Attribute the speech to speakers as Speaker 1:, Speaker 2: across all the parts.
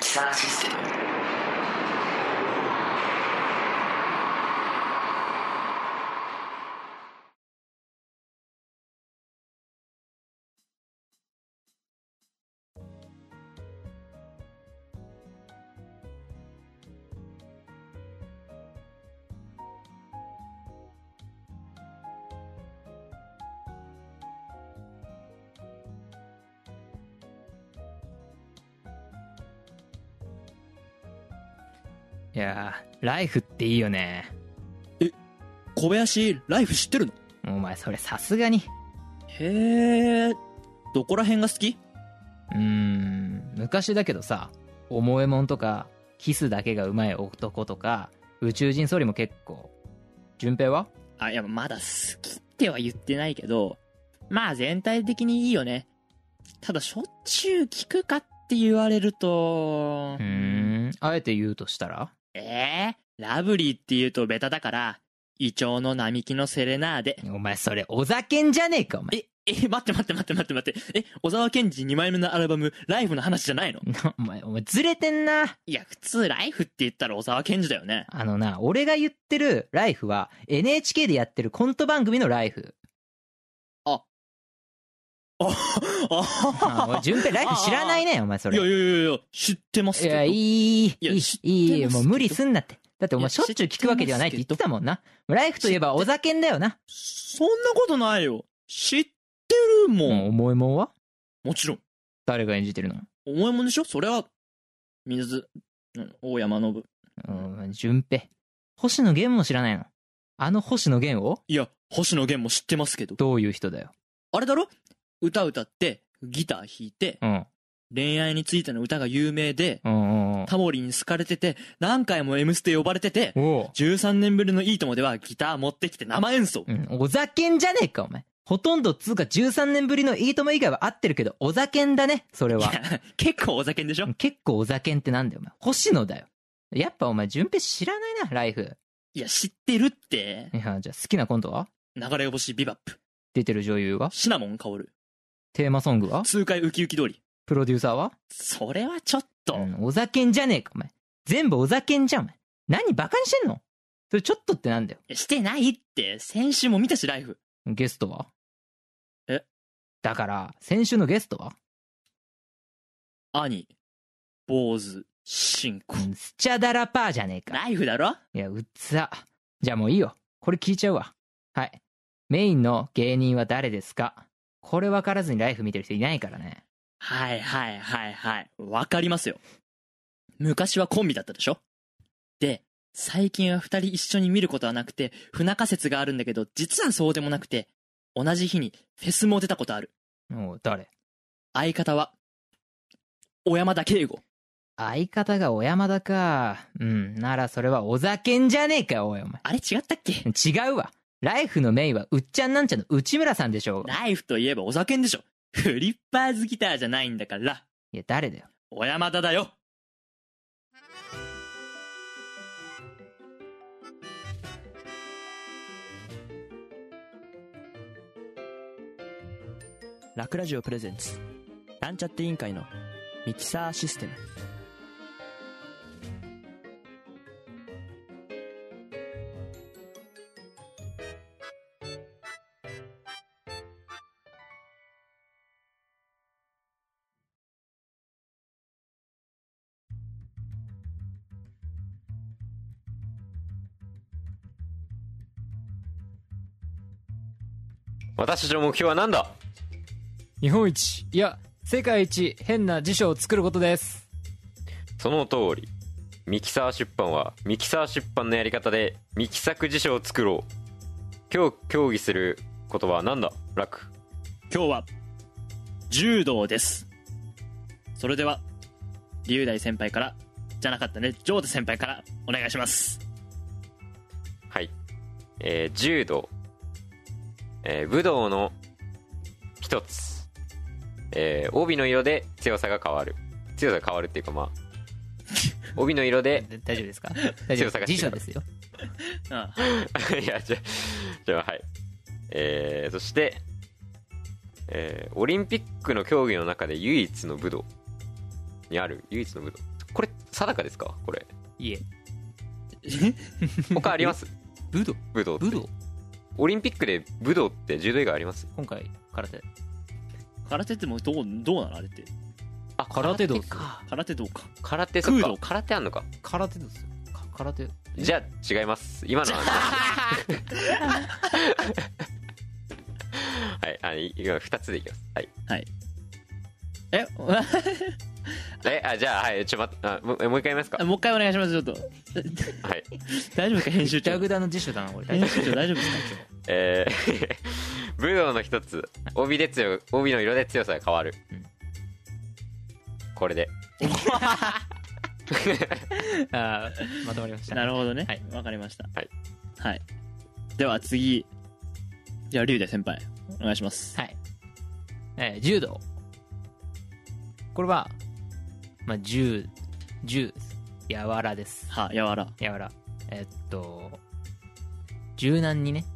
Speaker 1: キサーシステム
Speaker 2: いやーライフっていいよね
Speaker 3: 小林、ライフ知ってるの
Speaker 2: お前それさすがに
Speaker 3: へえ。どこら辺が好き
Speaker 2: うーん昔だけどさ「思えもん」とか「キスだけがうまい男」とか「宇宙人ソリ」も結構順平は
Speaker 3: あ、いや、まだ好きっては言ってないけど、まあ全体的にいいよね。ただ、しょっちゅう聞くかって言われると
Speaker 2: う、ーんあえて言うとしたら
Speaker 3: えー、ラブリーって言うとベタだから、イチョウの並木のセレナーデ。
Speaker 2: お前それお酒んじゃねえかお前
Speaker 3: え、え、待って待って待って待って待って。え、小沢健二2枚目のアルバム、ライフの話じゃないの
Speaker 2: お前お前ずれてんない
Speaker 3: や、普通ライフって言ったら小沢健二だよね。
Speaker 2: あのな俺が言ってる「ライフは NHK でやってるコント番組の「ライフ
Speaker 3: あ、
Speaker 2: あ
Speaker 3: あ、
Speaker 2: おい順平ライフ知らないねお前そ
Speaker 3: い
Speaker 2: れ
Speaker 3: やいやいやいや、知ってます
Speaker 2: い
Speaker 3: けど。
Speaker 2: や、いい、いい、
Speaker 3: いや
Speaker 2: いい
Speaker 3: 知っ、てます
Speaker 2: い
Speaker 3: け
Speaker 2: い、
Speaker 3: ど
Speaker 2: もう無理すんなって。だってお
Speaker 3: い
Speaker 2: 前
Speaker 3: や
Speaker 2: しょっちゅう聞くわけではないって言ってたもんな。ライフといえばお酒んだよな。
Speaker 3: そんなことないよ。知ってるもん。
Speaker 2: もう重いもんは
Speaker 3: もちろん。
Speaker 2: 誰が演じてるの
Speaker 3: 重いもんでしょそれは、水、うん大山信。
Speaker 2: うん、順平。星野源も知らないの。あの星野源を
Speaker 3: いや、星野源も知ってますけど。
Speaker 2: どういう人だよ。
Speaker 3: あれだろ歌歌って、ギター弾いて、
Speaker 2: うん。
Speaker 3: 恋愛についての歌が有名で、
Speaker 2: うんうんうん。
Speaker 3: タモリに好かれてて、何回も M ステ呼ばれてて、
Speaker 2: おう。
Speaker 3: 13年ぶりのいいともではギター持ってきて生演奏。
Speaker 2: うん、お酒んじゃねえか、お前。ほとんどつうか13年ぶりのいいとも以外は合ってるけど、お酒んだね、それ
Speaker 3: い
Speaker 2: は。
Speaker 3: や、結構お酒んでしょ
Speaker 2: 結構お酒んってなんだよ、お前。星野だよ。やっぱお前、順平知らないな、ライフ。
Speaker 3: いや、知ってるって。
Speaker 2: いや、じゃあ好きなコントは
Speaker 3: 流れ星ビバップ。
Speaker 2: 出てる女優は
Speaker 3: シナモン香る。
Speaker 2: テーマソングは
Speaker 3: 痛快ウキウキ通り。
Speaker 2: プロデューサーは
Speaker 3: それはちょっと。
Speaker 2: うんお酒んじゃねえか、お前。全部お酒んじゃん、お前。何バカにしてんのそれちょっとってなんだよ。
Speaker 3: してないって、先週も見たし、ライフ。
Speaker 2: ゲストは
Speaker 3: え
Speaker 2: だから、先週のゲストは
Speaker 3: 兄、坊主、進行。
Speaker 2: うんスチャダラパーじゃねえか。
Speaker 3: ライフだろ
Speaker 2: いや、うっざ。じゃあもういいよ。これ聞いちゃうわ。はい。メインの芸人は誰ですかこれ分からずにライフ見てる人いないからね。
Speaker 3: はいはいはいはい。わかりますよ。昔はコンビだったでしょで、最近は二人一緒に見ることはなくて、不仲説があるんだけど、実はそうでもなくて、同じ日にフェスも出たことある。
Speaker 2: おう誰
Speaker 3: 相方は、小山田圭吾。
Speaker 2: 相方が小山田か。うん。ならそれはお酒んじゃねえか、おい、お前。
Speaker 3: あれ違ったっけ
Speaker 2: 違うわ。ライフのメインはうっちゃんなんちゃんの内村さんでしょうが。
Speaker 3: ライフといえばお酒んでしょ。フリッパーズギターじゃないんだから、
Speaker 2: いや、誰だよ。
Speaker 3: 小山田だよ。
Speaker 1: ラクラジオプレゼンツなんちゃって委員会のミキサーシステム
Speaker 4: 私たちの目標は何だ
Speaker 2: 日本一いや世界一変な辞書を作ることです
Speaker 4: その通りミキサー出版はミキサー出版のやり方でミキサク辞書を作ろう今日協議することは何だ楽
Speaker 3: 今日は柔道ですそれでは龍大先輩からじゃなかったねジョータ先輩からお願いします
Speaker 4: はいえー柔道えー武道の一つえー帯の色で強さが変わる強さが変わるっていうかまあ帯の色で
Speaker 2: 大丈夫ですか 大丈夫ですか辞書ですよ
Speaker 3: あ
Speaker 4: いや、じゃあ、じゃあはい。えー、そして、えー、オリンピックの競技の中で唯一の武道にある唯一の武道。これ、定かですかこれ。
Speaker 2: いえ
Speaker 4: 他あります
Speaker 2: 武道
Speaker 4: 武道って
Speaker 2: 武道
Speaker 4: オリンピックで武道って柔道以外あります
Speaker 2: 今回空手
Speaker 3: 空手ってもうどうどうなのあれって
Speaker 4: あ、
Speaker 2: 空手道っす
Speaker 4: か。
Speaker 3: 空手どうか
Speaker 4: 空手、そっ
Speaker 3: 空
Speaker 4: か
Speaker 3: 道。
Speaker 4: 空手あんのか。
Speaker 2: 空手ですよか空手
Speaker 4: じゃあ、違います。今のは あのはい、あい今2つでいきます。はい。
Speaker 3: え
Speaker 4: え、あ、じゃあ、はい、ちょ、ま、あもうえもう一回言いますか。
Speaker 3: もう一回お願いしますちょっと
Speaker 4: はい。
Speaker 3: 大丈夫ですか編集
Speaker 2: ぐだ
Speaker 3: 長
Speaker 2: ぐだの辞書だな俺大丈
Speaker 3: 編集長大丈夫ですか
Speaker 4: えー 武道の一つ帯で強帯の色で強さが変わる、
Speaker 2: うん
Speaker 4: これで
Speaker 2: 夫あーまとまりま
Speaker 3: 今
Speaker 2: し
Speaker 3: 日な
Speaker 2: た
Speaker 3: るほどね
Speaker 2: はい
Speaker 3: わ、かりました
Speaker 4: はい、
Speaker 3: はい、では次じゃあ龍大先輩お願いします
Speaker 2: はい、えー柔道これはまあ柔柔です柔らです
Speaker 3: はやわら
Speaker 2: 柔らえっと柔軟にね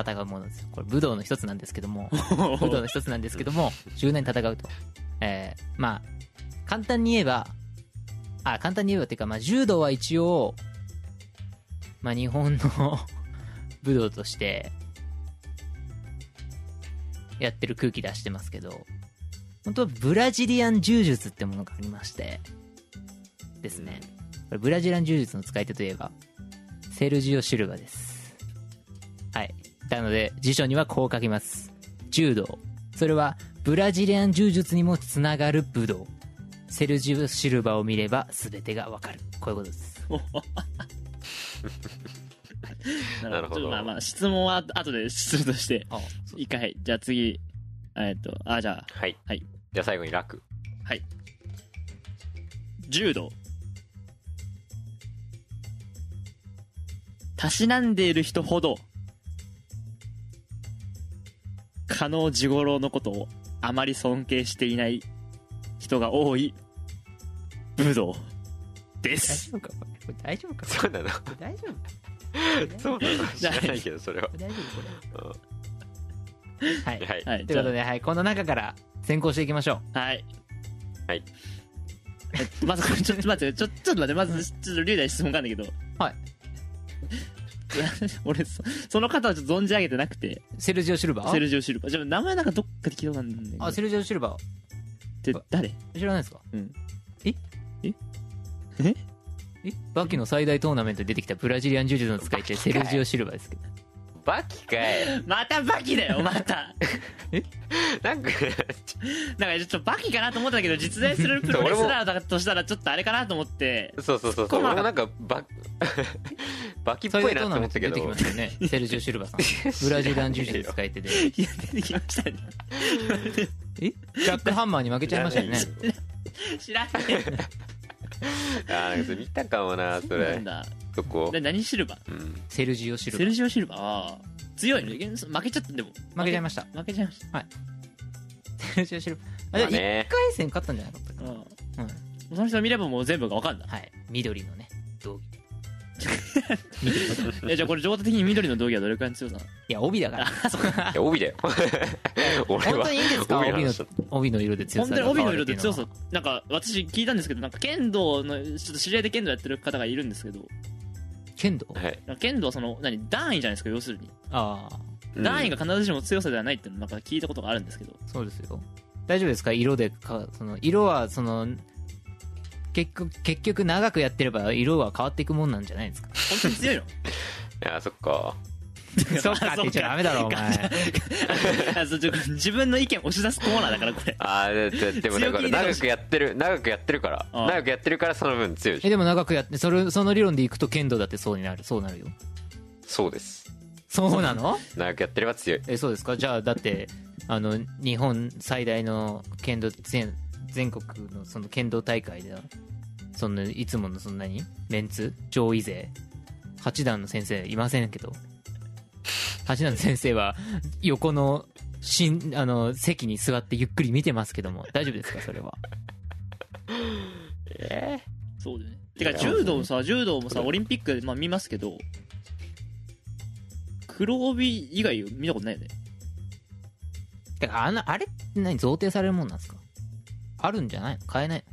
Speaker 2: 戦うものですよこれ武道の一つなんですけども 武道の一つ なんですけども柔軟に戦うとえーまあ簡単に言えばあ簡単に言えばっていうか、まあ、柔道は一応まあ日本の 武道としてやってる空気出してますけど本当はブラジリアン柔術ってものがありましてですねこれブラジリアン柔術の使い手といえばセルジオ・シルバですはいなので辞書にはこう書きます柔道それはブラジリアン柔術にもつながる武道セルジオ・シルバを見れば全てがわかるこういうことです
Speaker 4: なるほど
Speaker 3: ちょっとまあまあ質問は後で質問として
Speaker 2: あ
Speaker 3: 一回はいじゃあ次えっとあじゃあ
Speaker 4: はい、
Speaker 3: はい
Speaker 4: じゃあ最後に楽
Speaker 3: 柔道たしなんでいる人ほど加納治五郎のことをあまり尊敬していない人が多い武道です
Speaker 2: 夫かこれ大丈夫か
Speaker 4: そうなの
Speaker 2: 大丈夫
Speaker 4: そうなの知らないけどそれは
Speaker 2: 大丈夫これは
Speaker 4: はいい、
Speaker 3: は
Speaker 2: と
Speaker 3: い
Speaker 2: いうことで、はい、この中から先行していきましょ
Speaker 3: じゃあはい
Speaker 4: はい
Speaker 3: えっとまずこれちょっと待ってちょちょっと待ってまずちょっと龍大質問があるんだけど
Speaker 2: はい
Speaker 3: 俺そその方はちょっと存じ上げてなくて
Speaker 2: う。セルジオ・シルバー
Speaker 3: セルジオ・シルバーじゃあ名前なんかどっかで聞いたことあるんだけど
Speaker 2: あ、セルジオ・シルバ
Speaker 3: って誰
Speaker 2: ー。知らないですか
Speaker 3: うん
Speaker 2: え
Speaker 3: え
Speaker 2: ええバキの最大トーナメントに出てきたブラジリアン柔術の使い手、セルジオ・シルバーですけど。
Speaker 4: バキかい
Speaker 3: またバキだよま た
Speaker 4: な
Speaker 3: なん
Speaker 4: んか
Speaker 3: かちょっとバキかなと思ったけど実在するプロレスラーだとしたらちょっとあれかなと思って
Speaker 4: そうそうそう
Speaker 3: こ
Speaker 4: そう
Speaker 3: まが
Speaker 4: 俺もなんかババキっぽ
Speaker 2: 最大
Speaker 4: いな
Speaker 2: トー
Speaker 4: と
Speaker 2: ナメ
Speaker 4: 思
Speaker 2: ン
Speaker 4: っ
Speaker 2: トに
Speaker 4: たけ
Speaker 2: 出てき
Speaker 4: ど
Speaker 2: ましたよね。セルジオ・シル バーさん。ブラジリアン柔術の使い手で。
Speaker 3: いや出てきましたね
Speaker 2: えジャック・ハンマーに負けちゃいましたよね。
Speaker 3: 知らない
Speaker 4: あーなんかそれ見たかもなそ
Speaker 3: な
Speaker 4: れ
Speaker 3: んだ
Speaker 4: そこ
Speaker 3: で何シルバー
Speaker 4: うん
Speaker 2: セルジオ・シル
Speaker 3: セ
Speaker 2: バ
Speaker 3: ル
Speaker 2: ー。
Speaker 3: ジオ・シルバーあー強いね現負けちゃったでも
Speaker 2: 負けちゃいました。
Speaker 3: 負けちゃいました
Speaker 2: セルジオ・シルバー。
Speaker 4: ま
Speaker 2: あ、
Speaker 4: あ
Speaker 2: じゃあ
Speaker 4: ね
Speaker 2: 1回戦勝ったんじゃなかった
Speaker 3: うんも
Speaker 2: か。うん。
Speaker 3: うその人見ればもう全部が分かんだ
Speaker 2: はい。緑のね、道着で。
Speaker 3: えじゃあこれ状態的に緑の道着はどれくらいの強さなの
Speaker 2: いや、帯だから。
Speaker 4: いや帯だよ 俺
Speaker 2: 本
Speaker 4: は
Speaker 2: 当にいいんですか
Speaker 4: 帯の
Speaker 2: 帯の
Speaker 4: 話だっ
Speaker 2: 帯の色で強
Speaker 3: 本
Speaker 2: さ
Speaker 3: 当に
Speaker 2: が
Speaker 3: 帯
Speaker 2: 変わ
Speaker 3: の色
Speaker 2: るってい
Speaker 3: で
Speaker 2: うの
Speaker 3: 強
Speaker 2: は
Speaker 3: さなんか私聞いたんですけどなんか剣道のちょっと知り合いで剣道やってる方がいるんですけど
Speaker 2: 剣道
Speaker 4: はい
Speaker 3: なんか剣道はその何段位じゃないですか要するに
Speaker 2: ああ
Speaker 4: うん
Speaker 3: 段位が必ずしも強さではないっていうのをなんか聞いたことがあるんですけど
Speaker 2: そうですよ大丈夫ですか色でかその色はその結局結局長くやってれば色は変わっていくもんなんじゃないですか
Speaker 3: 本当に強いの
Speaker 4: いやそっか
Speaker 2: そっかって言っちゃダメだろ、お 前。
Speaker 3: あそうちょ自分の意見押し出すコーナーだからこれ
Speaker 4: ああでででもだ
Speaker 3: 強
Speaker 4: から
Speaker 3: 気に出てほしい
Speaker 4: 長くやってる長くやってるから
Speaker 3: うん
Speaker 4: 長くやってるからその分強いでし
Speaker 2: え、
Speaker 4: ょ
Speaker 2: でも長くやって、それ、その理論でいくと剣道だってそうになる、そうなるよ。
Speaker 4: そうです
Speaker 2: そうなの
Speaker 4: 長くやってれば強い
Speaker 2: え、そうですかじゃあ、だって、あの、日本最大の剣道、全、全国のその剣道大会で、その、いつものそんなに、メンツ、上位勢、八段の先生いませんけど、八段の先生は、横の、しん、あの、席に座ってゆっくり見てますけども、大丈夫ですかそれは。
Speaker 4: え
Speaker 3: そうだよねてか柔道さ柔道もさオリンピックで、まあ、見ますけど黒帯以外見たことないよね
Speaker 2: てかあのあれって何贈呈されるもんなんですかあるんじゃないの買えない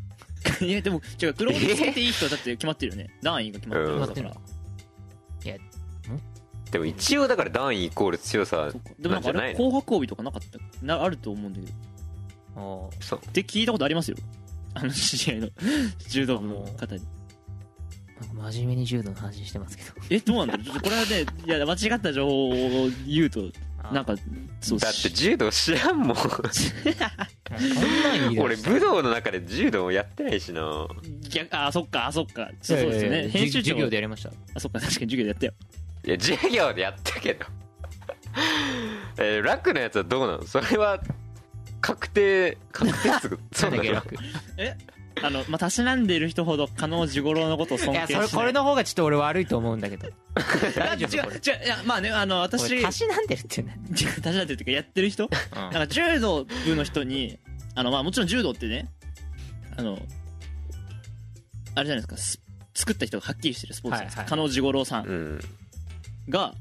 Speaker 3: いやでも違う黒帯つけていい人はだって決まってるよね段位が決まってる
Speaker 4: う
Speaker 2: の
Speaker 4: ん
Speaker 3: だ
Speaker 2: 決ま
Speaker 3: か
Speaker 2: ってる
Speaker 3: ら
Speaker 2: の
Speaker 4: でも一応だから段位イコール強さ
Speaker 3: そっかでもなんかあ
Speaker 4: なんじゃない
Speaker 3: れ
Speaker 4: の
Speaker 3: 紅白帯とかなかったなあると思うんだけど
Speaker 2: おー
Speaker 4: そう
Speaker 3: って聞いたことありますよあの知 り合いの柔道部の方に
Speaker 2: なんか真面目に柔道の話してますけど
Speaker 3: えどうなんだろうちょっとこれはねいや間違った情報を言うとなんかそう
Speaker 4: だって柔道知らんもん
Speaker 2: あーそんなん言い出して
Speaker 4: 俺武道の中で柔道やってないしな
Speaker 3: 逆あそっかあそっかそうそうですよ
Speaker 2: いやいや
Speaker 3: ね
Speaker 2: いや
Speaker 3: 編集長
Speaker 2: 授業でやりました
Speaker 3: あそっか確かに授業でやったよ
Speaker 4: いや授業でやったけどえー、楽のやつはどうなのそれは確定確定っつうかそ う
Speaker 2: な
Speaker 4: なん
Speaker 2: だっけ楽
Speaker 4: の
Speaker 3: あのまあたしなんでいる人ほど加納治五郎のことを尊
Speaker 2: い
Speaker 3: 敬
Speaker 2: や
Speaker 3: し
Speaker 2: そ
Speaker 3: ない
Speaker 2: れこれの方がちょっと俺悪いと思うんだけど
Speaker 3: あ
Speaker 2: 大
Speaker 3: 違う
Speaker 2: 丈
Speaker 3: 違
Speaker 2: 夫こ
Speaker 3: う
Speaker 2: れ
Speaker 3: いやまあねあの私
Speaker 2: 俺たしなんでるってね
Speaker 3: 違うたしなんでるっていうかやってる人なんか柔道部の人にあのまあもちろん柔道ってねあのあれじゃないですかス作った人がはっきりしてるスポーツじゃないですか
Speaker 2: はいはい
Speaker 3: 加納治五郎さん
Speaker 4: うん
Speaker 3: が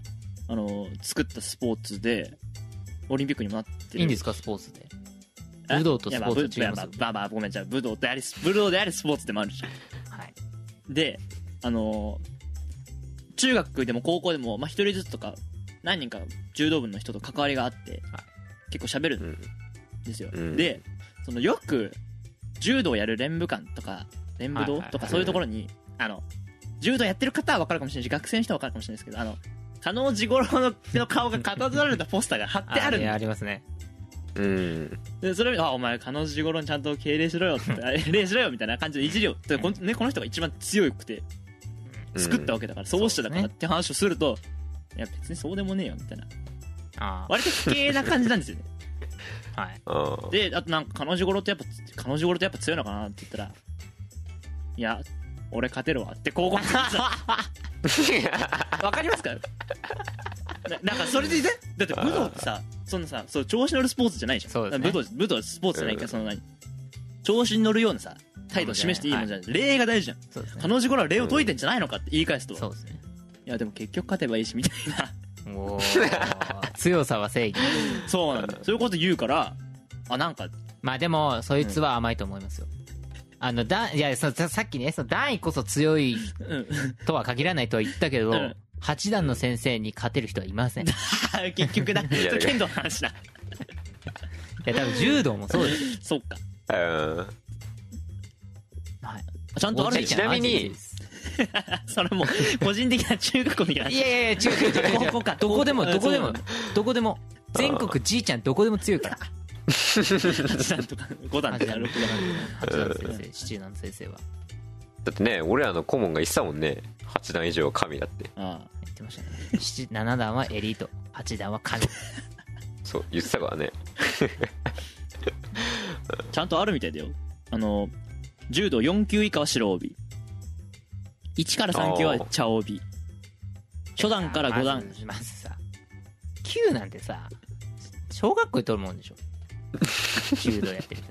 Speaker 3: あの作ったスポーツでオリンピックにもなってる
Speaker 2: いいんですかスポーツで
Speaker 3: え
Speaker 2: 武道とスポーツ
Speaker 3: いや
Speaker 2: は違います
Speaker 3: あぶまあまあまあごめんじゃあ武道であり武道でありスポーツでもあるじゃ
Speaker 2: はい
Speaker 3: んであのー中学でも高校でもまあ一人ずつとか何人か柔道部の人と関わりがあって、
Speaker 2: はい
Speaker 3: 結構喋る
Speaker 4: うんん
Speaker 3: ですよ、
Speaker 4: うん
Speaker 3: でそのよく柔道やる連武館とか連武
Speaker 2: は
Speaker 3: 堂
Speaker 2: いはい
Speaker 3: とかそういうところに、あの柔道やってる方は分かるかもしれないし学生の人は分かるかもしれないですけどあの加納治五郎のの顔が飾られたポスターが貼ってあるん
Speaker 2: れ
Speaker 3: で
Speaker 2: ありますね
Speaker 4: うん
Speaker 3: でそれを見てあお前彼女時頃にちゃんと敬礼しろよってあ礼しろよみたいな感じでいじりをでこ,、ね、この人が一番強くて作ったわけだから、そうしただから
Speaker 2: そ
Speaker 3: っ
Speaker 2: うで
Speaker 3: て話をするといや別にそうでもねえよみたいな
Speaker 2: あ
Speaker 3: 割と不敬な感じなんですよね
Speaker 2: あはい
Speaker 4: うんあー
Speaker 3: であとなんか彼女頃ってやっぱ彼女頃ってやっぱ強いのかなって言ったらいや俺勝てるわって高校の時さ わかりますかななんかそれでねだって武道ってさそんなさそう調子乗るスポーツじゃないじゃん
Speaker 2: そうですね
Speaker 3: 武道武道はスポーツじゃないから
Speaker 4: うん
Speaker 3: その何調子に乗るようなさ態度を示していいもんじゃない、礼が大事じゃん
Speaker 2: そうですね
Speaker 3: 彼女頃は礼を解いてんじゃないのかって言い返すと、
Speaker 2: そ
Speaker 3: いう
Speaker 2: ですね
Speaker 3: やでも結局勝てばいいしみたい
Speaker 2: おー強さは正義
Speaker 3: なそうなんだよ そういうこと言うからあなんか
Speaker 2: まあでもそいつは甘いと思いますよ、あのだいやそささっきねその段位こそ強い
Speaker 3: うん
Speaker 2: とは限らないとは言ったけど、
Speaker 3: うん
Speaker 2: 八段の先生に勝てる人はいませんい
Speaker 3: 結局だ
Speaker 4: やいや
Speaker 3: 剣道の話だ
Speaker 2: や多分柔道もそうですよ、
Speaker 3: そっか
Speaker 4: うん
Speaker 2: はい、
Speaker 3: ちゃんとあるじ
Speaker 4: ちなみに
Speaker 2: マジです
Speaker 3: ゃん それも個人的な中学校みたいない
Speaker 2: やいやいや違う違う違う違う
Speaker 3: 高校か
Speaker 2: どこでも
Speaker 3: 高校
Speaker 2: どこで
Speaker 3: あ
Speaker 2: も
Speaker 3: そう
Speaker 2: どこでも全国じいちゃんどこでも強いから
Speaker 3: 8段とか5段
Speaker 2: 八
Speaker 3: とか
Speaker 2: 段の
Speaker 3: 6段
Speaker 2: 八段の先生七段の先生は
Speaker 4: だってね俺らの顧問が言ってたもんね8段以上は神だって
Speaker 3: あ
Speaker 2: 言ってましたね七七段はエリート八段は 神
Speaker 4: そう言ってたからね
Speaker 3: あちゃんとあるみたいだよあの柔道4級以下は白帯1から3級は茶帯初段から5段
Speaker 2: まずまずさ9なんてさ小学校で取るもん でしょ柔道やってる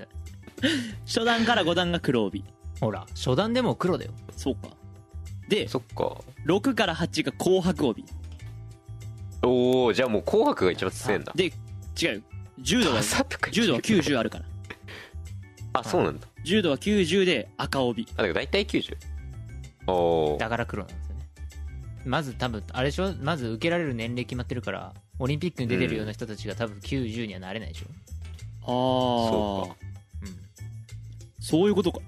Speaker 2: 人
Speaker 3: 初段から5段が黒帯
Speaker 2: ほら初段でも黒だよ
Speaker 3: そうかで
Speaker 4: そっか
Speaker 3: 6から8が紅白帯
Speaker 4: おおじゃあもう「紅白」が一番強いんだ
Speaker 3: で違う柔道は
Speaker 4: 朝とか
Speaker 3: 柔道は90あるから
Speaker 4: あそうなんだ
Speaker 3: 柔道は90で赤帯
Speaker 4: あだから大体90おお
Speaker 2: だから黒なんですよねまず多分あれでしょまず受けられる年齢決まってるからオリンピックに出てるような人たちが多分90にはなれないでしょ、
Speaker 3: ああそ
Speaker 4: そう
Speaker 3: そういうことか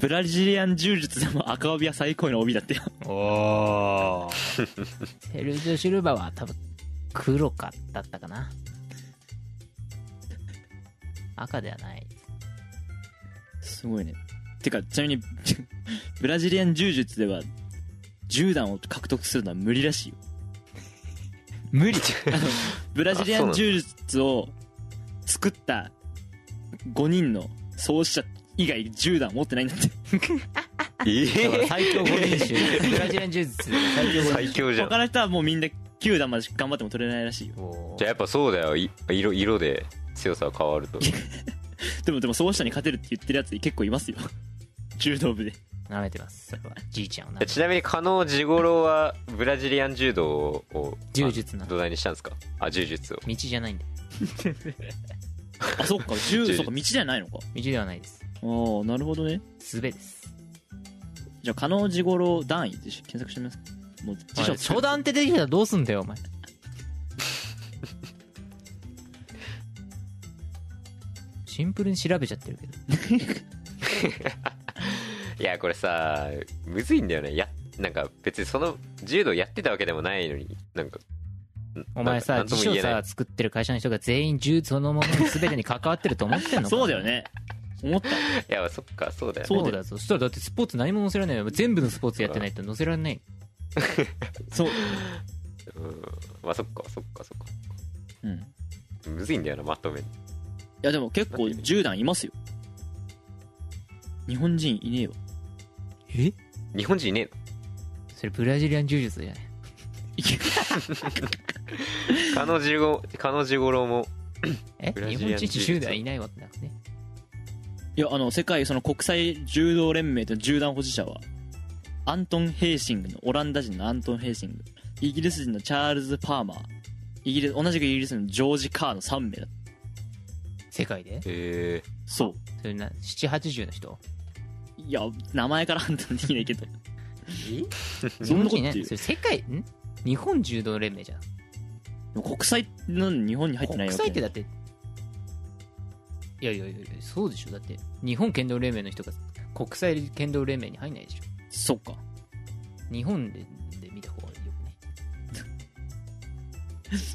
Speaker 3: ブラジリアン柔術でも赤帯は最高位の帯だってよ。
Speaker 5: おー。
Speaker 2: セルジオ・シルバは多分黒かだったかな赤ではない
Speaker 3: すごいね。てか、ちなみに、 ブラジリアン柔術では、10段を獲得するのは無理らしいよ。
Speaker 4: 無理
Speaker 3: ブラジリアン柔術を作った5人の創始者以外10段持ってないんだって。
Speaker 4: え
Speaker 2: 最強五人 衆 ブラジリアン柔術最強
Speaker 4: え
Speaker 2: 五
Speaker 4: 最強じゃん
Speaker 3: 他の人はもうみんな9段までしか頑張っても取れないらしいよ。
Speaker 4: じゃあやっぱそうだよい色色で強さが変わると
Speaker 3: でもでも創始者に勝てるって言ってるやつ結構い ますよ。柔道部で。
Speaker 2: 舐めてますそれはじいちゃんを舐め
Speaker 4: え
Speaker 2: て
Speaker 4: ちなみに加納治五郎はブラジリアン柔道を
Speaker 2: 柔術な
Speaker 4: あ土台にしたんですかあ柔術を
Speaker 2: 道じゃないんで
Speaker 3: あ、そっか、 柔
Speaker 4: 柔
Speaker 3: 道、
Speaker 4: 術
Speaker 3: そっか、道じゃないのか。
Speaker 2: 道ではないです
Speaker 3: ああ、なるほどね。
Speaker 2: すべです
Speaker 3: じゃあ、加納治五郎段位で検索してみますかもう辞書
Speaker 2: おい初段って出てきたらどうすんだよお前シンプルに調べちゃってるけど
Speaker 4: いやこれさむずいんだよねやなんか別にその柔道やってたわけでもないのになんかん
Speaker 2: お前
Speaker 4: な
Speaker 2: さ
Speaker 4: ん
Speaker 2: 辞
Speaker 4: かなんとも
Speaker 2: 書
Speaker 4: 言えない
Speaker 2: さ作ってる会社の人が全員柔術そのものの全てに関わってると思ってんの か
Speaker 3: そうだよね。思った。
Speaker 4: いやそっかそうだよね
Speaker 2: そうだよそしたらだってスポーツ何も載せられないよ全部のスポーツやってないと載せられない
Speaker 3: そう。
Speaker 4: うんまあそっかそっかそっか
Speaker 3: うん。い
Speaker 4: むずいんだよなまとめ
Speaker 3: や、でも結構10段いますよ。日本人いねえよ。
Speaker 2: え
Speaker 4: 日本人いね
Speaker 2: それブラジリアン柔術じゃない
Speaker 4: えの加納治五加納治五郎も
Speaker 2: え
Speaker 4: ブラジ
Speaker 2: 日
Speaker 4: リア
Speaker 2: 本
Speaker 4: ン柔
Speaker 2: 人
Speaker 4: 術
Speaker 2: 10代いないわけだね
Speaker 3: いや、あの、世界、その国際柔道連盟と10段保持者は、アントン・ヘーシングの、オランダ人のアントン・ヘーシング、イギリス人のチャールズ・パーマー、イギリス、同じくイギリスのジョージ・カーの3名だ。
Speaker 2: 世界で
Speaker 4: へえ
Speaker 3: そう。
Speaker 2: それな780の人
Speaker 3: いや、名前から判断できないけど。
Speaker 2: 日
Speaker 3: そん
Speaker 2: 本
Speaker 3: なこと
Speaker 2: 人
Speaker 3: 言
Speaker 2: ね
Speaker 3: う
Speaker 2: それ世界ん日本柔道連盟じゃん
Speaker 3: でも国際なん日本に入ってない
Speaker 2: 国
Speaker 3: わけ
Speaker 2: 際ってだっていやいやいやいやそうでしょだって日本剣道連盟の人が国際剣道連盟に入んないでしょ
Speaker 3: そっか
Speaker 2: 日本でで見た方がよくね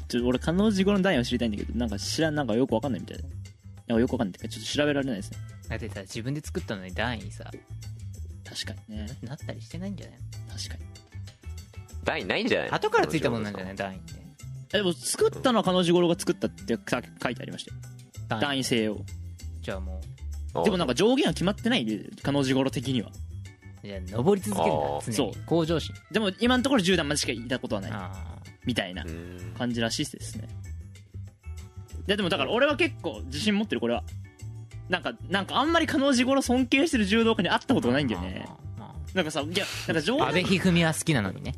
Speaker 3: ちょ俺加納治五郎の段位を知りたいんだけどなんか知らんなんかよくわかんないみたいだなんかよくわかんないっていうかちょっと調べられないですね
Speaker 2: だってさ自分で作ったのに段位さ
Speaker 3: 確かにね
Speaker 2: なったりしてないんじゃない
Speaker 3: 確かに
Speaker 4: 台ないんじゃない
Speaker 2: 後からついたもんなんじゃない段位って
Speaker 3: えでも作ったのは加納治五郎が作ったってさ書いてありましたよ段位制を
Speaker 2: じゃあも
Speaker 3: でもなんんか上限は決まってないで加納治五郎的には
Speaker 2: うじゃあ登り続けるん
Speaker 4: あ
Speaker 2: だ常
Speaker 4: ー
Speaker 3: そ
Speaker 2: に向上心
Speaker 3: でも今のところ10段までしかいたことはない
Speaker 2: あー
Speaker 3: みたいな
Speaker 4: うん
Speaker 3: 感じらしいですねいやでもだから俺は結構自信持ってるこれはなんかなんかあんまり加納治五郎尊敬してる柔道家に会ったことがないんだよね
Speaker 2: まあまあま
Speaker 3: なんかさいやなんか冗
Speaker 2: あ阿
Speaker 3: 談
Speaker 2: 部一二三は好きなの にね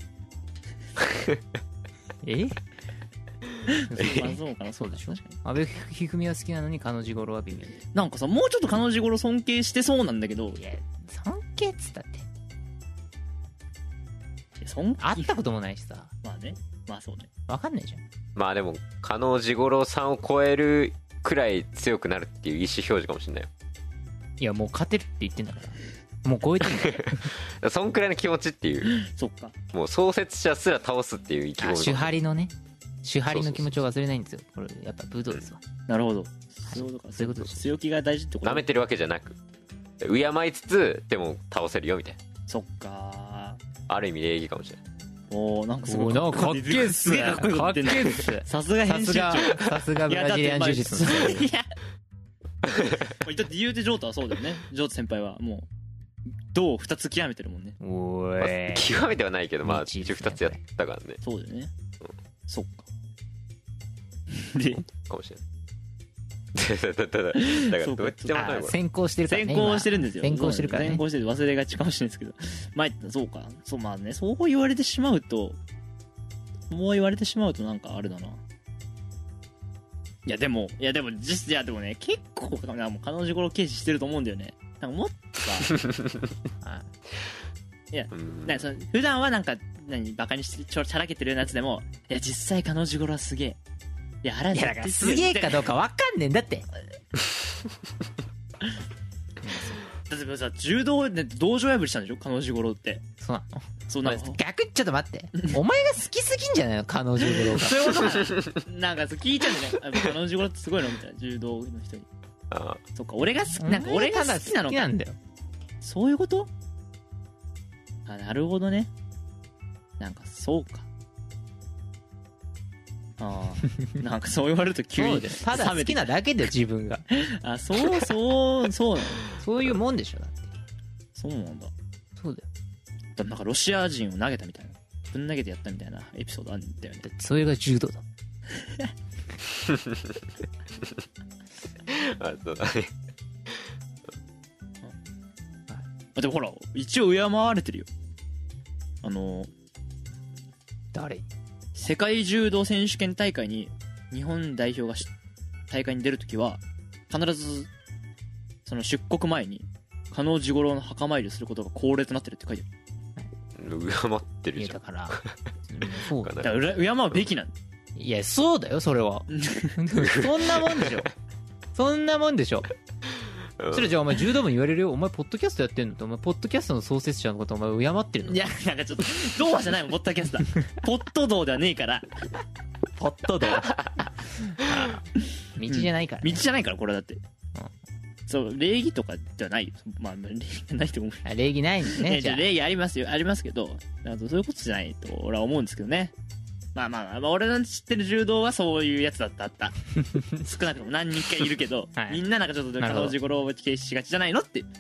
Speaker 2: え
Speaker 3: まあそうかな
Speaker 2: そうでしょ
Speaker 3: 確かに
Speaker 2: 阿部一二三は好きなのに彼女頃は微妙
Speaker 3: なんかさもうちょっと彼女頃尊敬してそうなんだけど
Speaker 2: いや尊敬っつったって
Speaker 3: 尊敬
Speaker 2: 会ったこともないしさ
Speaker 3: まあねまあそうね
Speaker 2: 分かんないじゃん
Speaker 4: まあでも加納治五郎さんを超えるくらい強くなるっていう意思表示かもしれないよ
Speaker 2: いやもう勝てるって言ってんだ からもう超えてんだよ
Speaker 4: だからそんくらいの気持ちっていう
Speaker 3: そっか
Speaker 4: もう創設者すら倒すっていう意気込
Speaker 2: あ
Speaker 4: み
Speaker 2: 手張りのね手張りの気持ちを忘れないんですよこれやっぱ武道です わ
Speaker 3: なるほどそういうことか
Speaker 2: そういうことです
Speaker 3: 強気が大事ってこと
Speaker 4: 舐めてるわけじゃなく敬いつつでも倒せるよみたいな
Speaker 3: そっか
Speaker 4: ある意味礼儀かもしれない
Speaker 3: おおなんかすごい
Speaker 2: おかっけえっ
Speaker 3: す
Speaker 2: す
Speaker 3: げえ
Speaker 2: ね
Speaker 3: かっこよくなってんな
Speaker 2: かっけえっす
Speaker 3: さすが
Speaker 2: さ
Speaker 3: 編集
Speaker 2: す
Speaker 3: 長
Speaker 2: がさすがブラジリアン柔術 の
Speaker 3: いやだってまあいやだって言うてジョータはそうだよねジョータ先輩はもう銅を2つ極めてるもんね
Speaker 2: お
Speaker 4: まあ
Speaker 2: ーい
Speaker 4: 極めてはないけどまあ
Speaker 2: 未
Speaker 4: 一
Speaker 2: 知
Speaker 4: 応
Speaker 2: ですね
Speaker 4: 2つやったからね
Speaker 3: そうだよねそっかで
Speaker 4: かもしれないだからだから
Speaker 3: そうか
Speaker 4: どうやっても
Speaker 2: あ
Speaker 4: ない
Speaker 2: ー
Speaker 4: これ
Speaker 2: 先行してるからね
Speaker 3: 先行してるんですよ
Speaker 2: 先行してるからね
Speaker 3: 先行してて忘れがちかもしれないですけどまあそうかそうまあねそう言われてしまうとそう言われてしまうとなんかあれだないやでもいやでも実いやでもね結構なもう彼女頃軽視してると思うんだよねなんかもっと さ
Speaker 2: 今はい
Speaker 4: うん
Speaker 3: なんかその普段はなんか何バカにしてちょちゃらけてるようなやつでもいや実際彼女頃はすげえいや腹
Speaker 2: い
Speaker 3: 立
Speaker 2: やだ
Speaker 3: って
Speaker 2: からすげえかどうか分かんねえんだって
Speaker 3: だってもさ柔道で道場破りしたんでしょ彼女頃って
Speaker 2: そうなの
Speaker 3: そうなんか
Speaker 2: 逆ちょっと待ってお前が好きすぎんじゃないの彼女風呂が
Speaker 3: そういうことなんなんかそう聞いちゃうんじゃないあ彼女頃ってすごいのみたいな柔道の人に
Speaker 4: あ
Speaker 3: そっか俺が好きなんか俺が好きなの
Speaker 2: お前がただ好きな
Speaker 3: か
Speaker 2: んだよ
Speaker 3: そういうことあなるほどねなんかそうかあ あなんかそう言われると急
Speaker 2: そ
Speaker 3: に
Speaker 2: うだよただ好きなだけで自分が
Speaker 3: あそうそうそうなの
Speaker 2: そういうもんでしょだって
Speaker 3: そうなんだ
Speaker 2: そうだよ
Speaker 3: だなんかロシア人を投げたみたいなぶん投げてやったみたいなエピソードあるんだよね
Speaker 2: だってそれが柔道だ
Speaker 4: あそうだね
Speaker 3: あでもほら一応敬われてるよあの
Speaker 2: 誰
Speaker 3: 世界柔道選手権大会に日本代表がし大会に出るときは必ずその出国前に加納治五郎の墓参りをすることが恒例となってるって書いてあ
Speaker 4: 上回ってる
Speaker 2: いや
Speaker 4: じゃ
Speaker 2: だ
Speaker 4: ん
Speaker 2: からうんそうだよ
Speaker 3: るだからうら敬うべきなんだ
Speaker 2: いやそうだよそれはそんなもんでしょそんなもんでしょ
Speaker 4: うん
Speaker 2: それじゃあお前柔道部に言われるよお前ポッドキャストやってんのってお前ポッドキャストの創設者のことお前敬ってるの
Speaker 3: いやなんかちょっとどうじゃないもんポッドキャスターポッド道ではねえから
Speaker 2: ポッ ド道道じゃないから、
Speaker 3: 道
Speaker 2: ね
Speaker 3: じゃないからこれはだって、そう礼儀とかではないよまあ礼儀ないと思う
Speaker 2: あ礼儀ないんです
Speaker 3: ね、
Speaker 2: ね
Speaker 3: じ
Speaker 2: じ
Speaker 3: ゃあ
Speaker 2: ゃあ
Speaker 3: 礼儀ありますよありますけどあのそういうことじゃないと俺は思うんですけどねまあまあまあ、まあ、俺の知ってる柔道はそういうやつだったあった 少なくとも何人かいるけど、
Speaker 2: はい
Speaker 3: みんななんかちょっと
Speaker 2: なるほど
Speaker 3: 彼女頃を軽視しがちじゃないのって、
Speaker 2: はい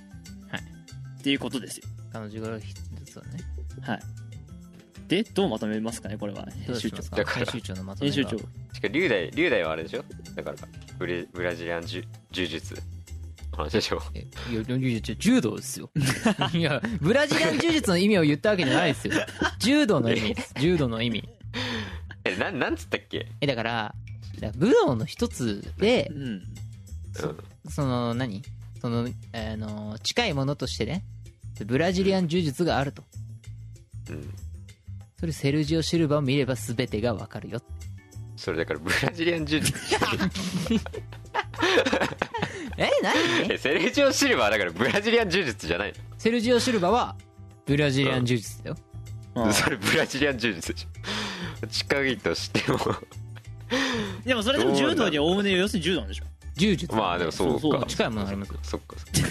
Speaker 3: っていうことですよ
Speaker 2: 彼女がそうね
Speaker 3: はいでどうまとめますかねこれは
Speaker 2: ど
Speaker 3: 編
Speaker 2: う
Speaker 3: 集
Speaker 2: し
Speaker 3: 長
Speaker 2: ます
Speaker 4: だ
Speaker 2: か
Speaker 4: から
Speaker 2: 編集長のまとめ
Speaker 3: 編
Speaker 2: が
Speaker 3: 集長
Speaker 4: しかも龍大龍大はあれでしょだからブレブラジリアン柔柔術の話でしょ
Speaker 2: えいやいやいや柔道ですよ いやブラジリアン柔術の意味を言ったわけじゃないですよ柔道の意味です柔道の意味
Speaker 4: えなんなんつったっけ
Speaker 2: えだからだから武道の一つで
Speaker 3: うん
Speaker 4: うん
Speaker 2: その何その、あの近いものとしてねブラジリアン柔術があると
Speaker 4: うん
Speaker 2: それセルジオ・シルバを見れば全てがわかるよ
Speaker 4: それだからブラジリアン柔術
Speaker 2: え何
Speaker 4: えセレジオシルバーだからブラジリアン柔術じゃない
Speaker 2: セルジオ・シルバはブラジリアン柔術だよ
Speaker 3: あ
Speaker 4: の
Speaker 3: あ
Speaker 4: それブラジリアン柔術でしょ近いとしても
Speaker 3: でもそれでも柔道にはおおむね要するに柔道なんでしょ
Speaker 2: 柔術
Speaker 4: まあでもそう
Speaker 3: そうそ
Speaker 4: か
Speaker 3: う
Speaker 2: 近いものありますよ
Speaker 4: そっかそっか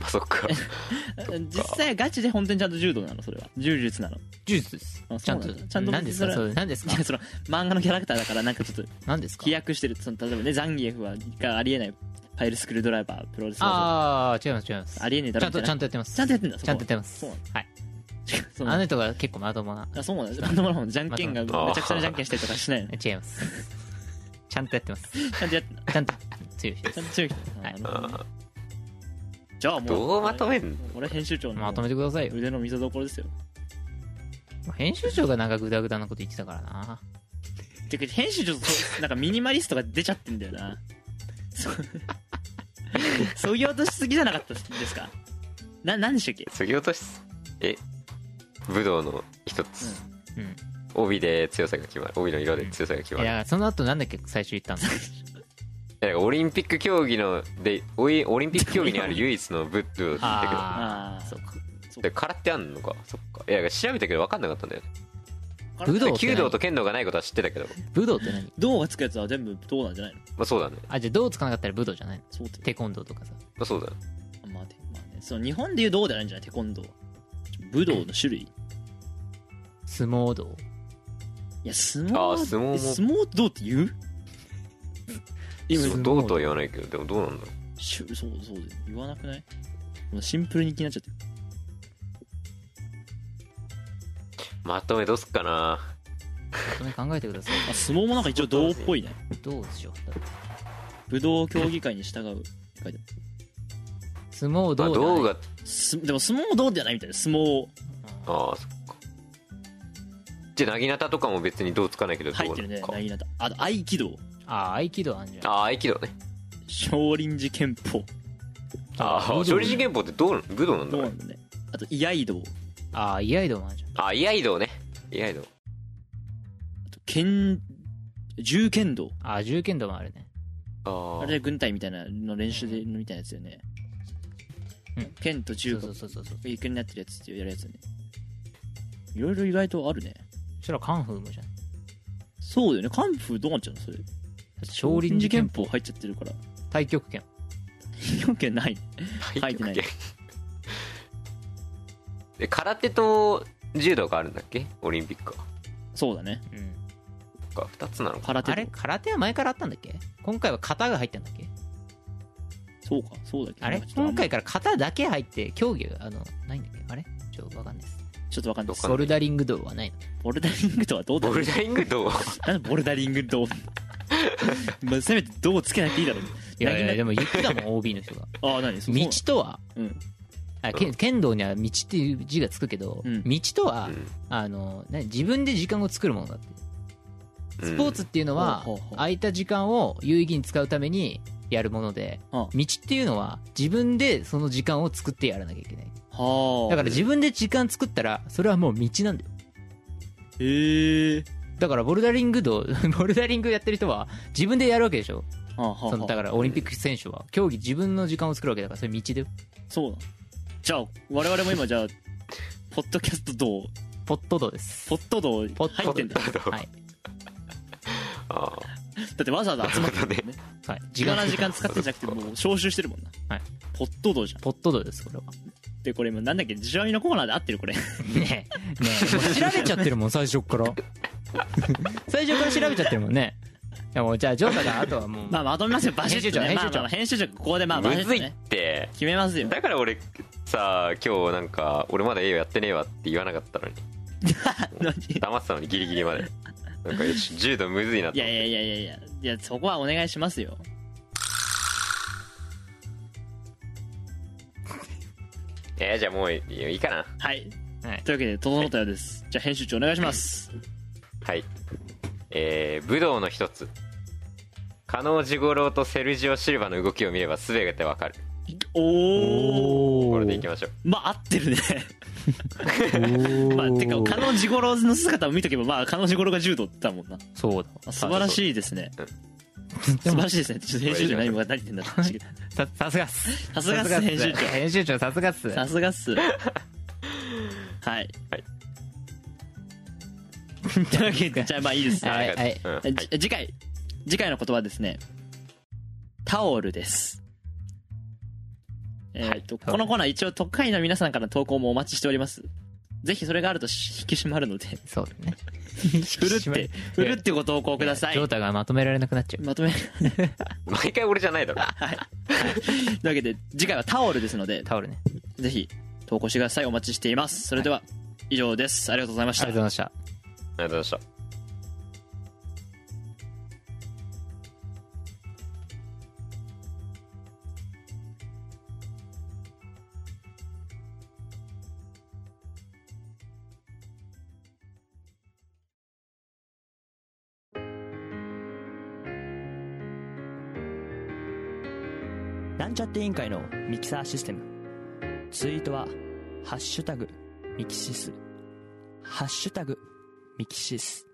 Speaker 4: まあそっか
Speaker 3: 実際ガチで本当にちゃんと柔道なのそれは柔術なの
Speaker 2: 柔術です
Speaker 3: あ
Speaker 2: ちゃん
Speaker 3: そ
Speaker 2: と
Speaker 3: うなんだちゃんと
Speaker 2: 何ですか
Speaker 3: それ
Speaker 2: それ何です
Speaker 3: い
Speaker 2: か
Speaker 3: やその漫画のキャラクターだからなんかちょっと
Speaker 2: 何ですか
Speaker 3: 飛躍してるその例えばねザンギエフはがありえないパイルスクリュードライバープロレス技
Speaker 2: ああ違います違います
Speaker 3: ありえねえだ
Speaker 2: ち
Speaker 3: ろ
Speaker 2: ゃん
Speaker 3: みたい
Speaker 2: と
Speaker 3: な
Speaker 2: ちゃんとやってます
Speaker 3: ちゃんとやってんだそこ
Speaker 2: ちゃんとやってます
Speaker 3: そうなんだ
Speaker 2: はい
Speaker 3: そうな
Speaker 2: あ
Speaker 3: ん
Speaker 2: の
Speaker 3: だ
Speaker 2: 人が結構まともな
Speaker 3: あそうなんだなんでもなもんじゃんけんがめち
Speaker 4: まあ
Speaker 3: ゃくちゃなじゃんけんしたりとかしないの
Speaker 2: 違います ちゃんとやってます
Speaker 3: ちゃんとやってんだ
Speaker 2: ちゃんと強い人で
Speaker 3: ちゃ
Speaker 2: す
Speaker 3: んと強い人
Speaker 2: は
Speaker 3: あ
Speaker 2: い
Speaker 3: なるほどね
Speaker 4: あ
Speaker 3: じゃあもう
Speaker 4: どうまとめんの
Speaker 3: 俺編集長の
Speaker 2: まとめてくださいよ
Speaker 3: 腕の見せ所ですよ
Speaker 2: 編集長がなんかグダグダなこと言ってたからな
Speaker 3: てか編集長となんかミニマリストが出ちゃってんだよなそう そぎ落としすぎじゃなかったですかな何でしたっけ
Speaker 4: そぎ落としえ武道の一つ、
Speaker 2: うん
Speaker 4: 帯で強さが決まる帯の色で強さが決
Speaker 2: い
Speaker 4: ま
Speaker 2: や
Speaker 4: る、
Speaker 2: だか
Speaker 4: い
Speaker 2: らその後なんだっけ最初言ったの
Speaker 4: やオリンピック競技のでオリオリンピック競技にあ る唯一の武道だけど
Speaker 2: あ
Speaker 3: あー
Speaker 2: あそうか
Speaker 4: で空手あんのかそっかいや調べたけど分かんなかったんだよね
Speaker 2: 武道って
Speaker 4: 弓道
Speaker 2: 何
Speaker 4: と剣道がないことは知ってたけど
Speaker 2: 武道って何
Speaker 3: 銅がつくやつは全部銅なんじゃないの
Speaker 4: まあそうだね
Speaker 2: あじゃあ銅つかなかったら武道じゃないの
Speaker 3: そうって
Speaker 2: テコンドーとかさ
Speaker 4: まあそうだね
Speaker 3: まあ、てまあね、その日本でいう銅ではないんじゃないテコンドーは武道の種類い
Speaker 2: 相撲道
Speaker 3: や相撲
Speaker 4: あー相撲も
Speaker 3: え相撲ってどうって言う今
Speaker 4: そう道とは言わないけどでもどうなんだろ
Speaker 3: しゅそうそうだよ言わなくないもうシンプルに気になっちゃってる
Speaker 4: うまとめどうすっかな
Speaker 2: まとめ考えてください
Speaker 3: あ相撲もなんか一応銅っぽいね
Speaker 2: どうでしょうだって
Speaker 3: 武道競技会に従うって書いてあ
Speaker 2: 相撲
Speaker 4: まあ
Speaker 2: 道じゃない
Speaker 4: 道が
Speaker 3: るすでも相撲も銅ではないみたいな相撲
Speaker 4: ああそっかじゃあなぎなたとかも別に道つかないけどどう
Speaker 3: 入
Speaker 4: な
Speaker 3: ってるね
Speaker 4: のか、
Speaker 3: なぎなたあと合気道
Speaker 2: ああ合気道あんじゃん
Speaker 4: ああ合気道ね
Speaker 3: 少林寺拳法
Speaker 4: ああ少林寺拳法ってどう武道なんだ
Speaker 3: どう
Speaker 4: ろ
Speaker 3: な
Speaker 4: うん
Speaker 3: だねあと居合道
Speaker 2: ああ居合道もあんじゃん
Speaker 4: ああ居合道ね居合
Speaker 3: あ
Speaker 4: 道
Speaker 3: と剣銃剣道
Speaker 2: ああ銃剣道もあるね
Speaker 4: あ
Speaker 3: あ
Speaker 4: あ
Speaker 3: れ軍隊みたいなの練習でみたいなやつよね
Speaker 2: うん
Speaker 3: 剣と
Speaker 2: そ
Speaker 3: 銃
Speaker 2: うそ
Speaker 3: が
Speaker 2: うそうそうそ
Speaker 3: 一緒になってるやつってやるやつねいろいろ意外とあるね
Speaker 2: したらカンフーもじゃん
Speaker 3: そうだよねカンフーどうなっちゃうのそれ
Speaker 2: 少林寺
Speaker 3: 拳
Speaker 2: 拳
Speaker 3: 法入っちゃってるから
Speaker 2: 太極拳
Speaker 3: 要件ない
Speaker 4: は
Speaker 3: 入ってない
Speaker 4: え空手と柔道があるんだっけオリンピックは
Speaker 3: そうだね
Speaker 2: うん
Speaker 4: そっか2つなのか
Speaker 3: 空手と
Speaker 2: あれ空手は前からあったんだっけ今回は型が入ったんだっけ
Speaker 3: そうかそうだっけ
Speaker 2: あれ
Speaker 3: なんかちょっと
Speaker 2: 今回から型だけ入って競技があのないんだっけあれちょっとわかんないです
Speaker 3: ちょっとわかんないです
Speaker 4: どっか
Speaker 2: ボルダリング道はないの
Speaker 3: ボルダリングとはどうだ
Speaker 4: ボ
Speaker 3: ろう
Speaker 4: ルダリングどう
Speaker 3: なんでボルダリング どうまあせめてどうつけなくていいだろう
Speaker 2: いやいやで
Speaker 3: も
Speaker 2: も言ってたも ん OB の人が
Speaker 3: ああ何そ
Speaker 2: 道とは
Speaker 3: うん
Speaker 2: あけ剣道には道っていう字がつくけど、
Speaker 3: うん
Speaker 2: 道とは、
Speaker 4: うん
Speaker 2: あの何自分で時間を作るものだって
Speaker 4: うん
Speaker 2: スポーツっていうのは、
Speaker 3: ほうほうほう
Speaker 2: 空いた時間を有意義に使うためにやるもので、
Speaker 3: ああ
Speaker 2: 道っていうのは自分でその時間を作ってやらなきゃいけない
Speaker 3: はあ
Speaker 2: だから自分で時間作ったらそれはもう道なんだよ
Speaker 3: へえ
Speaker 2: だからボルダリング道 ボルダリングやってる人は自分でやるわけでしょ
Speaker 3: はあはあ
Speaker 2: そのだ
Speaker 3: はあ
Speaker 2: からオリンピック選手は競技自分の時間を作るわけだからそれ道だよ
Speaker 3: そうだじゃあ我々も今じゃあポッドキャスト道
Speaker 2: ポット道です
Speaker 3: ポット道入
Speaker 2: ポット
Speaker 3: ってんだだ
Speaker 2: はい、
Speaker 4: ああ
Speaker 3: ってわざわざ集まってるもんね
Speaker 2: はい、
Speaker 3: 時間な時間使
Speaker 2: 作
Speaker 3: ってんじゃなくてもう招集してるもんな
Speaker 2: はい
Speaker 3: ポット道じゃん
Speaker 2: るポット道ですこれ は
Speaker 3: でこれ今なんだっけジュラミのコーナーで合ってるこれ
Speaker 2: ねえねえもう調べちゃってるもん最初っから 最初から調べちゃってるもんねいやもうじゃあジョーカーがあとはもう
Speaker 3: まあまとめますよバシッと、ね、
Speaker 2: 編集長
Speaker 3: まあまあまあ編集長ここでまあバシ
Speaker 4: む
Speaker 3: ッと
Speaker 4: ずいっ
Speaker 3: ね
Speaker 4: て
Speaker 3: 決めますよ
Speaker 4: だから俺さ今日なんか俺まだ栄養やってねえわって言わなかったのに黙ってたのにギリギリまでなんかよし柔道むずいな と
Speaker 3: いや
Speaker 4: 思っ
Speaker 3: いや
Speaker 4: て
Speaker 3: いやいやいやいやそこはお願いしますよ
Speaker 4: えーじゃあもういいいいかな
Speaker 3: はい、
Speaker 2: はい
Speaker 3: というわけで整ったようです、じゃあ編集長お願いします
Speaker 4: はいえー武道の一つ加納ジゴロウとセルジオ・シルバの動きを見れば全てわかる
Speaker 3: おお
Speaker 4: これでいきましょう
Speaker 3: まあ合ってるね まあてか加納ジゴロの姿を見とけばまあ加納ジゴロが柔道って言ったもんな
Speaker 2: そうだ
Speaker 3: あ素晴らしいですね
Speaker 4: そう
Speaker 3: 素晴らしいですねちょっと編集長何も何言ってんだろう
Speaker 2: ささすがっす
Speaker 3: さすがっす編集長
Speaker 2: 編集長さすがっす
Speaker 3: さすがっすはい
Speaker 4: はい
Speaker 3: というわけでじゃあまあいいです
Speaker 2: はいはい
Speaker 4: うんはい
Speaker 3: じ次回次回の言葉はですねタオルですえーっと、このコーナー一応特会員の皆さんからの投稿もお待ちしておりますぜひそれがあると引き締まるので
Speaker 2: そうだね
Speaker 3: ふるってふるってご投稿ください
Speaker 2: ジョータがまとめられなくなっちゃう
Speaker 3: まとめる
Speaker 4: 毎回俺じゃないだろ
Speaker 3: というわけで次回はタオルですので
Speaker 2: タオルね
Speaker 3: ぜひ投稿してくださいお待ちしていますそれでは以上ですありがとうございまし
Speaker 2: あり
Speaker 3: た
Speaker 2: がとうございました
Speaker 4: ありがとうございました
Speaker 1: なんちゃって委員会のミキサーシステムツイートは「ハッシュタグミキシス」「ハッシュタグミキシス」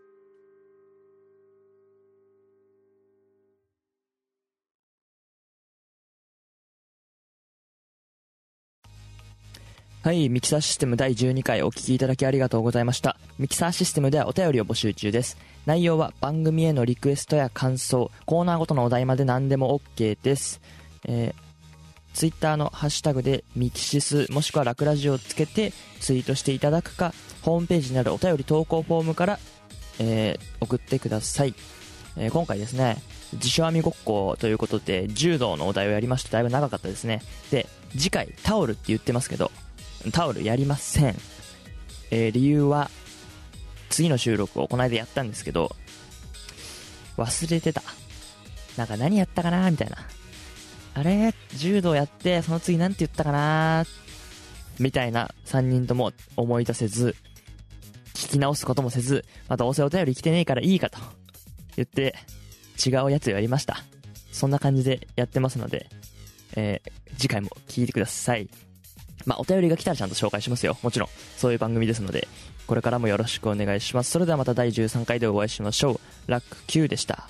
Speaker 1: はい、ミキサーシステム第12回お聞きいただきありがとうございました。ミキサーシステムではお便りを募集中です。内容は番組へのリクエストや感想、コーナーごとのお題まで何でも OK です。えー、ツイッターのハッシュタグでミキシスもしくはラクラジオをつけてツイートしていただくか、ホームページにあるお便り投稿フォームから、えー送ってください。えー今回ですね、自称網ごっこということで柔道のお題をやりましてだいぶ長かったですね。で、次回タオルって言ってますけど、タオルやりません、えー理由は次の収録をこの間やったんですけど忘れてたなんか何やったかなみたいなあれ柔道やってその次なんて言ったかなみたいな3人とも思い出せず聞き直すこともせずまたどうせお便り来てねえからいいかと言って違うやつをやりましたそんな感じでやってますので、えー次回も聞いてくださいまあ、お便りが来たらちゃんと紹介しますよ。もちろん。そういう番組ですので、これからもよろしくお願いします。それではまた第13回でお会いしましょう。ラック Q でした。